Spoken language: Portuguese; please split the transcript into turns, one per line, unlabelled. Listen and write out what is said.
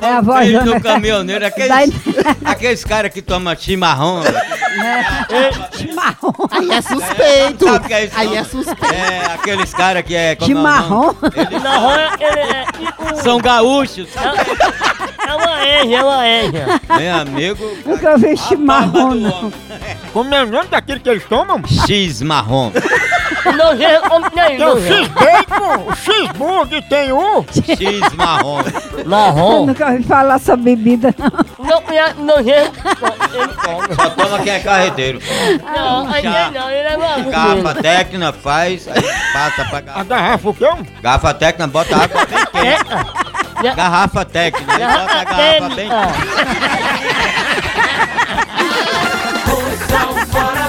É a voz
Filho
do-
do um caminhoneiro, aqueles, aqueles caras que tomam chimarrão.
É. Chimarrão.
Aí é suspeito.
Sabe o que é isso?
Aí
não?
é suspeito.
É, aqueles caras que é. como é o
Chimarrão?
nome? Eles
Na roia, ele é. e
são gaúchos. sabe?
o- É uma erja, é uma erja.
Meu amigo.
Nunca vi
a barba
chimarrão,
do
não.
homem.
Como é o nome daquele que eles tomam?
X-marrom.
Não vejo homem nenhum.
Tem o X-Bacon, o X-Bug, tem um.
X-marrom.
Eu
Marrom.
nunca ouvi falar essa bebida, não.
Não conhece, não vejo. Ele come.
Só toma quem é carreteiro.
Não, ainda não, ele é maluco.
Garrafa
mesmo.
técnica, faz, aí passa pra
A
garrafa.
garrafa o quê?
Garrafa técnica, bota água bem quente.
É.
Garrafa técnica, aí bota a garrafa bem
Tênis, ó.
quente.
Moção fora